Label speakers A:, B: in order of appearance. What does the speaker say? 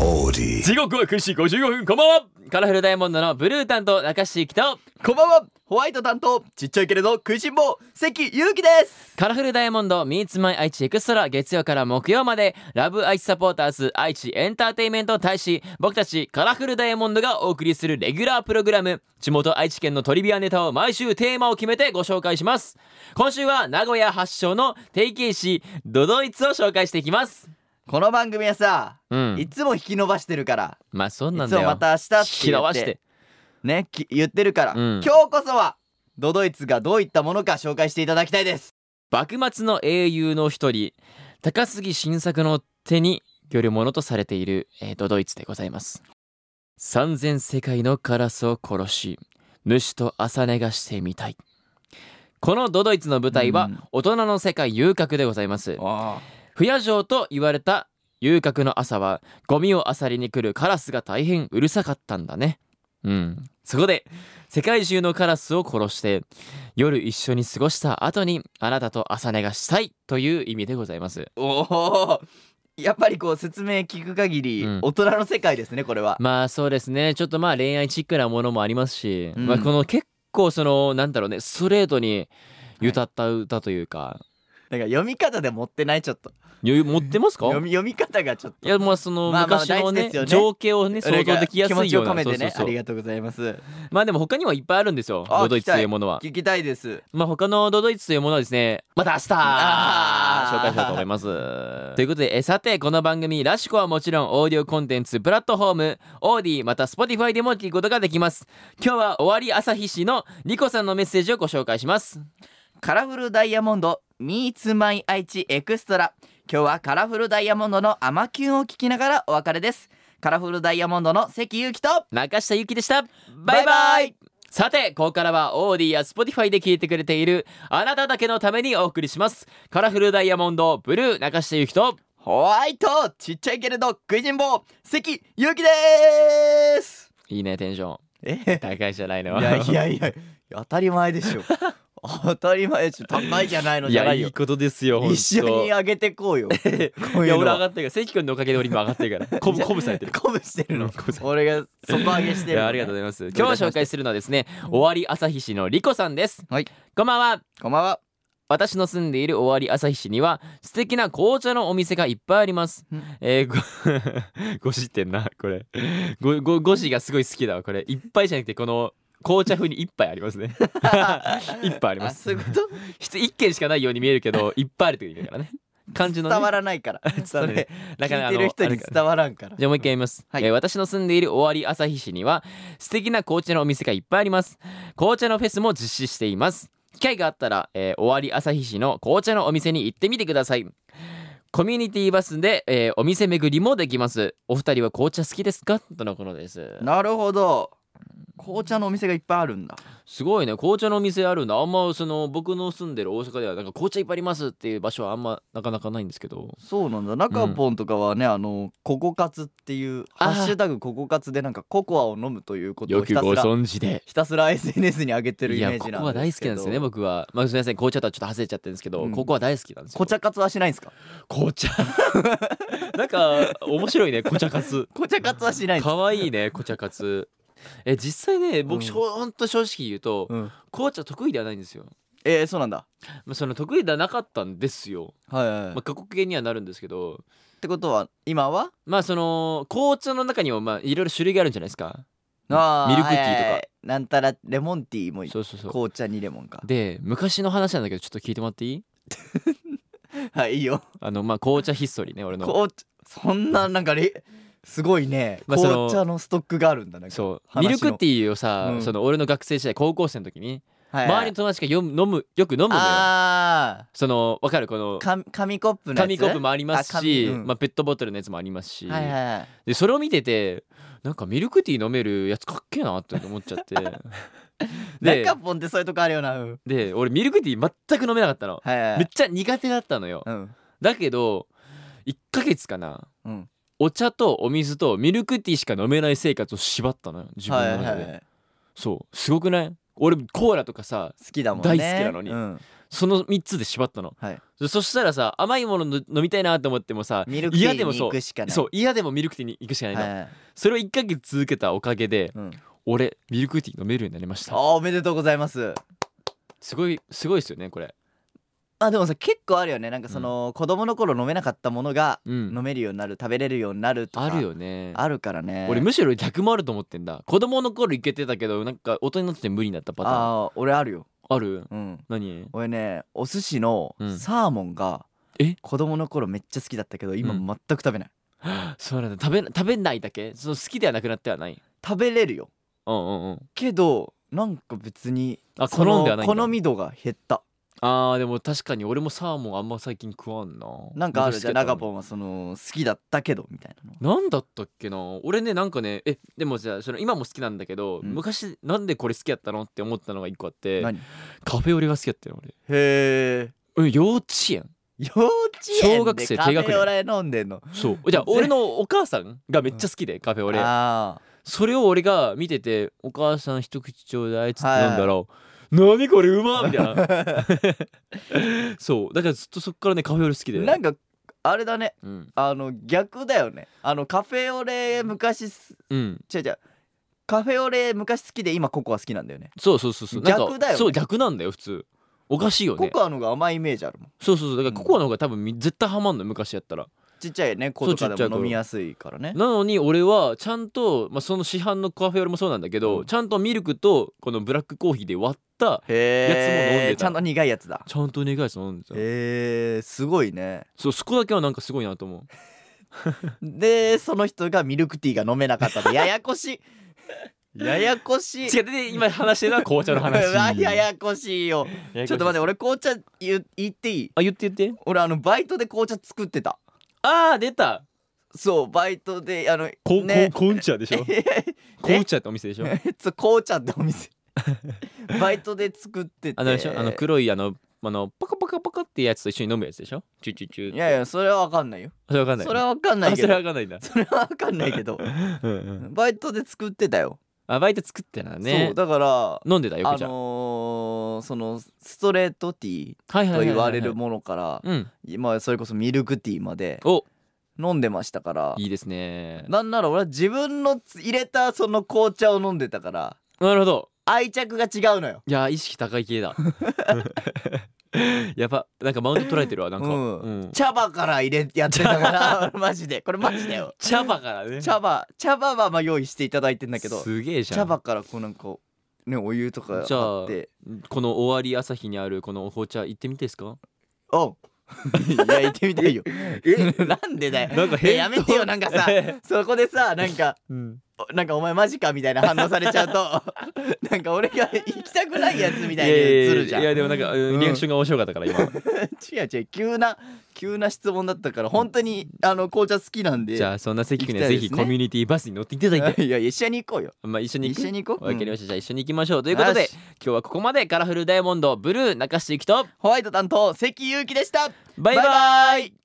A: オーディ
B: 時刻は9時55分こんばんはカラフルダイヤモンドのブルー担当中志きと
C: こんばんはホワイト担当ちっちゃいけれど食いしん坊関ゆうきです
B: カラフルダイヤモンド Meets My 愛知エクストラ月曜から木曜までラブ愛知サポーターズ愛知エンターテインメント大使僕たちカラフルダイヤモンドがお送りするレギュラープログラム地元愛知県のトリビアネタを毎週テーマを決めてご紹介します今週は名古屋発祥の定型師ドドイツを紹介していきます
C: この番組はさ、
B: うん
C: いつも引き伸ばしてるから
B: まあそうないん
C: つ
B: だ
C: も
B: よ
C: また明日って言って
B: 引き伸ばして
C: ねき言ってるから、
B: うん
C: 今日こそはドドイツがどういったものか紹介していただきたいです
B: 幕末の英雄の一人高杉晋作の手によるものとされている、えーとドイツでございます三千世界のカラスを殺し主と朝寝がしてみたいこのドドイツの舞台
C: う
B: は
C: ん
B: 大人の世界遊郭でございます不夜城と言われた遊郭の朝はゴミを漁りに来るカラスが大変うるさかったんだねうんそこで世界中のカラスを殺して夜一緒に過ごした後にあなたと朝寝がしたいという意味でございます
C: おおやっぱりこう説明聞く限り、
B: うん
C: 大人の世界ですねこれは
B: まあそうですねちょっとまあ恋愛チックなものもありますし、
C: うん
B: まあこの結構そのなんだろうねストレートに歌った歌というか、
C: なんか読み方で持ってないちょっと
B: 余裕持ってますか
C: 読み読 み方がちょっ
B: いやまあその
C: まあまあ
B: 昔の
C: 大事
B: ね,、
C: ですよね
B: 情景をね
C: と
B: 想像できやすいような
C: 気持ちを込めて
B: そ
C: ね
B: うそうそう
C: ありがとうございます
B: まあでも他にもいっぱいあるんですよ。
C: あ
B: ドドイツというものは。
C: 聞きたいです
B: まあ他のドドイツというものはですね、また明日
C: あー
B: 紹介しようと思い ます。ということで、えさてこの番組、ラシコはもちろんオーディオコンテンツ、プラットフォーム、オーディ、また Spotify でも聞くことができます。今日は終わり朝日市のリコさんのメッセージをご紹介します。
C: カラフルダイヤモンド Meets My 愛知エクストラ今日はカラフルダイヤモンドのアマキュンを聞きながらお別れですカラフルダイヤモンドの関ゆうきと
B: 中下ゆきでした。バイバ
C: バ
B: イ
C: イバイ
B: さて、ここからはオーディや Spotify で聞いてくれているあなただけのためにお送りします。カラフルダイヤモンド、ブルー、中下ゆきと、
C: ホワイトちっちゃいけれど食いしん坊関ゆうき です
B: いいね、テンション。
C: え
B: 高いじゃない
C: い
B: の。
C: やいやいや当たり前でしょ当たり前でしょ高いじゃないの
B: い
C: じゃ
B: や
C: ないい
B: い
C: よ
B: ことですよ。
C: 一緒に
B: や
C: 上げてこうよこういうのはい
B: や俺上がってるから関君のおかげで俺今上がってる から鼓舞鼓舞されてる。
C: 鼓舞してる
B: うん
C: の
B: 鼓舞されてる
C: 俺が底上げして
B: い
C: るの
B: やありがとうございます。今日紹介するのはですね、終わり朝日市のリコさんです。
C: はい
B: こんばんは。
C: こんばんは
B: 私の住んでいる終わり朝日市には素敵な紅茶のお店がいっぱいあります
C: うん。
B: えー、ご ご知ってんなこれ。ごごごしがすごい好きだわこれ。いっぱいじゃなくてこの紅茶風に一杯あります ね。一杯ありま
C: あ
B: す。
C: そういうこと
B: 一一軒しかないように見えるけど、いっぱいあるという意味だからね。漢字の、ね、
C: 伝わらな いから
B: わ
C: そ
B: らない
C: れ
B: なかなか
C: 聞
B: あ
C: い
B: の
C: てる人に伝わらんから
B: じゃあもう一回言います、
C: はい
B: えー私の住んでいる尾張旭市には素敵な紅茶のお店がいっぱいあります紅茶のフェスも実施しています機会があったら、えー、尾張旭市の紅茶のお店に行ってみてくださいコミュニティバスで、えーお店巡りもできますお二人は紅茶好きですかとのことです
C: なるほど紅茶のお店がいっぱいあるんだ
B: すごいね紅茶のお店あるんだあんまその僕の住んでる大阪ではなんか紅茶いっぱいありますっていう場所はあんまなかなかないんですけど
C: そうなんだ中ポンとかはね、あのココカツっていう
B: あ
C: ハ
B: ー
C: ッシュタグココカツでなんかココアを飲むということをひたすら
B: 存知で
C: ひたすら SNS に上げてるイ
B: い
C: メー
B: や
C: ジ
B: こ
C: なんですけど
B: こは大好きなんですよね僕はまあすみません紅茶とはちょっと外れちゃってるんですけど、
C: うん
B: ここは大好きなんですよ
C: コチャカツはしないんですか
B: 紅茶 なんか面白いね紅茶カツ
C: コチャカツはしないんですか
B: 可愛いね紅茶カツえ実際ね
C: うん
B: 僕、しょほんと正直言うと、
C: うん、
B: 紅茶得意ではないんですよ
C: えー、そうなんだ
B: まあその得意ではなかったんですよ、
C: はいはいはい、
B: まあ、
C: っ
B: 過去形にはなるんですけど
C: てことは今は
B: まあその紅茶の中にもまあいろいろ種類があるんじゃないですか
C: あ
B: ミルクティーとか
C: はいはいなんたらレモンティーもいい
B: そうそうそう
C: 紅茶にレモンか
B: で昔の話なんだけどちょっと聞いてもらっていい
C: はいいいよ
B: あのまあ紅茶ヒストリーね俺の
C: 紅茶そんななんかれすごいね、
B: まあその
C: 紅茶のストックがあるんだね
B: そうミ
C: 話の
B: ルクティーをさ、
C: うん
B: その俺の学生時代高校生の時に、
C: はいはい
B: 周りの友達がよむ飲むよく飲むのよ
C: あ
B: そのわかるこの
C: ーか紙コップのやつ
B: 紙コップもあります
C: あ
B: し、
C: 紙うん
B: まあ、ペットボトルのやつもありますし、
C: はいはいはい
B: でそれを見ててなんかミルクティー飲めるやつかっけえなって思っちゃって で
C: 中ポンってそういうとこあるよなうん
B: で俺ミルクティー全く飲めなかったの、
C: はいはいは
B: めっ
C: い
B: ちゃ苦手だったのよ、
C: うん
B: だけど1ヶ月かな
C: うん
B: お茶とお水とミルクティーしか飲めない生活を縛ったのよ自分の
C: は
B: 中
C: い
B: で、
C: はいはい
B: そうすごくない俺コーラとかさ
C: 好きだもんね
B: 大好きなのに
C: うん
B: そその3つで縛ったの
C: はい
B: そそしたらさ甘いものの飲みたいなと思ってもさ
C: ミルク
B: い
C: ティー
B: やでも
C: に
B: そう
C: 行くしかない
B: そう嫌でもミルクティーに行くしかないの、
C: はい
B: それを1ヶ月続けたおかげで
C: うん、あ
B: 俺ミルクティー飲めるようになりました
C: おめでとうございます
B: すごいすごいですよねこれ
C: あでもさ結構あるよねなんかその、子供の頃飲めなかったものが
B: うん
C: 飲めるようになる食べれるようになるとか
B: あるよね
C: あるからね
B: 俺むしろ逆もあると思ってんだ子供の頃いけてたけどなんか大人になって無理になったパターンあ
C: あー俺あるよ
B: る
C: うん
B: 何
C: 俺ねお寿司の
B: うん
C: サーモンが、
B: え
C: 子供の頃めっちゃ好きだったけど今
B: う
C: 全
B: ん
C: く食べない、
B: そうなんだ食べ食べないだけその好きではなくなってはない
C: 食べれるよ
B: うんうんうん
C: けどなんか別に
B: あ
C: そ
B: 好
C: の
B: んではないんだ
C: 好み度が減った
B: あーでも確かに俺もサーモンあんま最近食わんな
C: なんかあるじゃん長
B: ン
C: ポンはその好きだったけどみたいなの
B: なんだったっけな俺ねなんかねえでもじゃあその今も好きなんだけど、
C: うん
B: 昔なんでこれ好きやったのって思ったのが一個あって
C: 何へ
B: カフェオレが好きやったよ俺
C: え
B: うん幼稚園
C: 幼稚園
B: 小
C: で
B: 学生
C: カフ
B: 低学
C: ェ
B: 年
C: オレ飲んでんの
B: そうじゃあ俺のお母さんがめっちゃ好きで、カフェオレ
C: あ
B: それを俺が見てて「お母さん一口ちょうだい」っつって
C: はいはい
B: 飲んだら「何これうまっ!」みたいな
C: ー
B: そうだからずっとそっからねカフェオレ好きで
C: なんかあれだね
B: うん、
C: あの逆だよねあのカフェオレ昔す
B: うん、
C: 違う違うカフェオレ昔好きで今ココア好きなんだよね
B: そうそうそうそうなんか
C: 逆だよね
B: そう逆なんだよ普通おかしいよ
C: コ
B: ね
C: コアの方が甘いイメージあるもん
B: そうそうそうだからココアの方が多分み絶対ハマんの昔やったら
C: ちっちゃいね子
B: そう
C: とか
B: ちっちゃ
C: で
B: い
C: も
B: 頃
C: 飲みやすいからね
B: なのに俺はちゃんと、まあ、その市販のカフェオレもそうなんだけど、
C: うん
B: ちゃんとミルクとこのブラックコーヒーで割ったやつも飲ん
C: へえ
B: でた
C: ちゃんと苦いやつだ
B: ちゃんと苦いやつ飲んでた
C: へえすごいね
B: そうそこだけはなんかすごいなと思う
C: でその人がミルクティーが飲めなかった でややこしいややこしい
B: 違うで今話してるのは紅茶の 話
C: うわややこしいよ
B: ややこしい
C: ちょっと待って俺紅茶言う言っていい
B: あ言って言って
C: 俺あのバイトで紅茶作ってた
B: ああ出た
C: そうバイトであの
B: こ、
C: ね
B: こ、こんちゃで しょこんちゃってお店でしょ
C: そう紅茶ってお店 バイトで作ってて
B: あのでしょあの黒いあのあのパカパカパカってやつと一緒に飲むやつでしょチュチュチュ
C: いやいやそれはわかんないよ
B: それわかんない
C: それはわかんない
B: あ
C: け
B: それ わ
C: ど
B: かんないんだ
C: それはわかんないけど
B: うんうん
C: バイトで作ってたよ、
B: あバイト作ってたら
C: そ
B: ね
C: うだから
B: 飲んでたよ
C: あ
B: くじゃん
C: のーそのストレートティー
B: はいはい
C: と
B: はい
C: 言
B: は
C: わ
B: い
C: れるものから
B: うん
C: 今それこそミルクティーまで
B: お
C: 飲んでましたから
B: いいですね
C: なんなら俺は自分のつ入れたその紅茶を飲んでたから
B: なるほど
C: 愛着が違うのよ
B: いや意識高い系 だやばなんかマウント取られてるわなんか
C: うん
B: うん
C: 茶葉から入れやってたか ら俺マジでこれマジだよ
B: 茶葉からね
C: 茶葉茶葉はまあ用意していただいてんだけど
B: すげえじゃん
C: 茶葉からこうなんかねお湯とか
B: じゃあ
C: あって
B: この終わり朝日にあるこのお紅茶行ってみていいですか
C: おう いや行ってみ たいよ なんでだよ
B: なんか
C: いややめてよなんかさ そこでさなんか
B: うん
C: おなんかお前マジかみたいな反応されちゃうと なんか俺が行きたくないやつみたいに映るじゃん
B: いやいやいやいやでも
C: 違
B: なんかうんリアクションが面白かったから今
C: う違う急な急な質問だったから本当にあの紅茶好きなんで
B: じゃあそんな関君には
C: 行
B: ぜ
C: きたいですね
B: ひコミュニティバスに乗っていた だいて
C: いや一緒に行こうよ
B: まあ一緒に行く
C: 一緒に行こう
B: わかりましたじゃあ一緒に行きましょうということ
C: よ
B: で
C: し
B: 今日はここまでカラフルダイヤモンドブルー中していくと
C: ホワイト担当関ゆうきでした
B: バイバイ
C: バイバイ